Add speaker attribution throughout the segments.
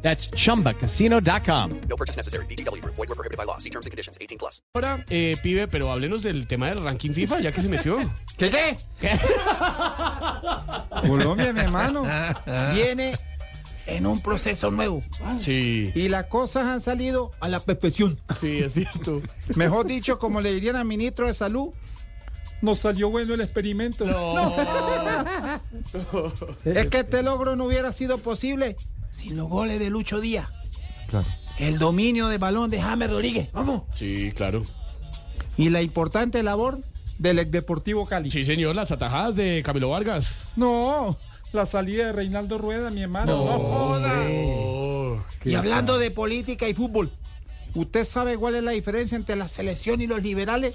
Speaker 1: That's chumbacasino.com.
Speaker 2: No purchase necessary. BGW. Void were prohibited by law. See terms and conditions. 18 plus.
Speaker 3: Ahora, eh, pibe, pero háblenos del tema del ranking FIFA, ya que se metió.
Speaker 4: ¿Qué qué?
Speaker 5: Colombia, mi hermano.
Speaker 4: Viene en un proceso nuevo.
Speaker 3: Sí,
Speaker 4: Y las cosas han salido a la perfección.
Speaker 3: sí, es cierto.
Speaker 4: Mejor dicho, como le dirían al ministro de Salud,
Speaker 5: Nos salió bueno el experimento.
Speaker 4: es que este logro no hubiera sido posible sin los goles de Lucho Díaz.
Speaker 5: Claro.
Speaker 4: El dominio de balón de James Rodríguez. Vamos.
Speaker 3: Sí, claro.
Speaker 4: Y la importante labor del ex
Speaker 5: Deportivo Cali.
Speaker 3: Sí, señor, las atajadas de Camilo Vargas.
Speaker 5: No, la salida de Reinaldo Rueda, mi hermano.
Speaker 4: Y hablando de política y fútbol, ¿usted sabe cuál es la diferencia entre la selección y los liberales?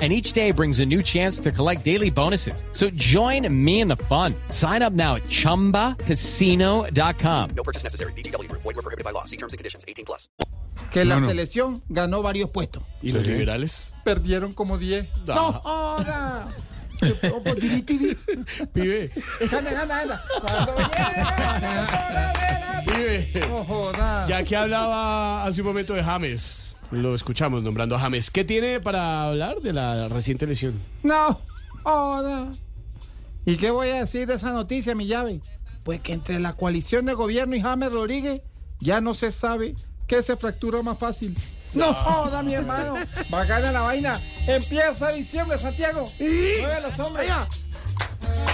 Speaker 1: And each day brings a new chance to collect daily bonuses. So join me in the fun. Sign up now at chumbacasino.com.
Speaker 2: No purchase necessary. BGW. Void were prohibited by law. See terms and conditions. 18 plus.
Speaker 4: Que la selección ganó varios puestos.
Speaker 3: ¿Y los liberales? Ah.
Speaker 5: Perdieron como 10.
Speaker 4: ¡No joda!
Speaker 3: Pibe,
Speaker 5: Gana, gana, gana. Cuando llega,
Speaker 3: pibe.
Speaker 5: No joda.
Speaker 3: Ya que hablaba hace un momento de James, lo escuchamos nombrando a James. ¿Qué tiene para hablar de la reciente lesión?
Speaker 4: No, joda. ¿Y qué voy a decir de esa noticia, mi llave? Pues que entre la coalición de gobierno y James Rodríguez ya no se sabe
Speaker 5: Que se fractura más fácil.
Speaker 4: No joda, mi hermano.
Speaker 5: Bacana la vaina. Empieza diciembre, Santiago. Mueve los hombres.
Speaker 4: Venga.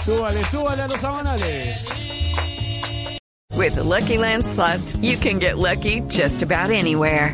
Speaker 3: Súbale, súbale a los sabanales.
Speaker 6: With the Lucky Land slots, you can get lucky just about anywhere.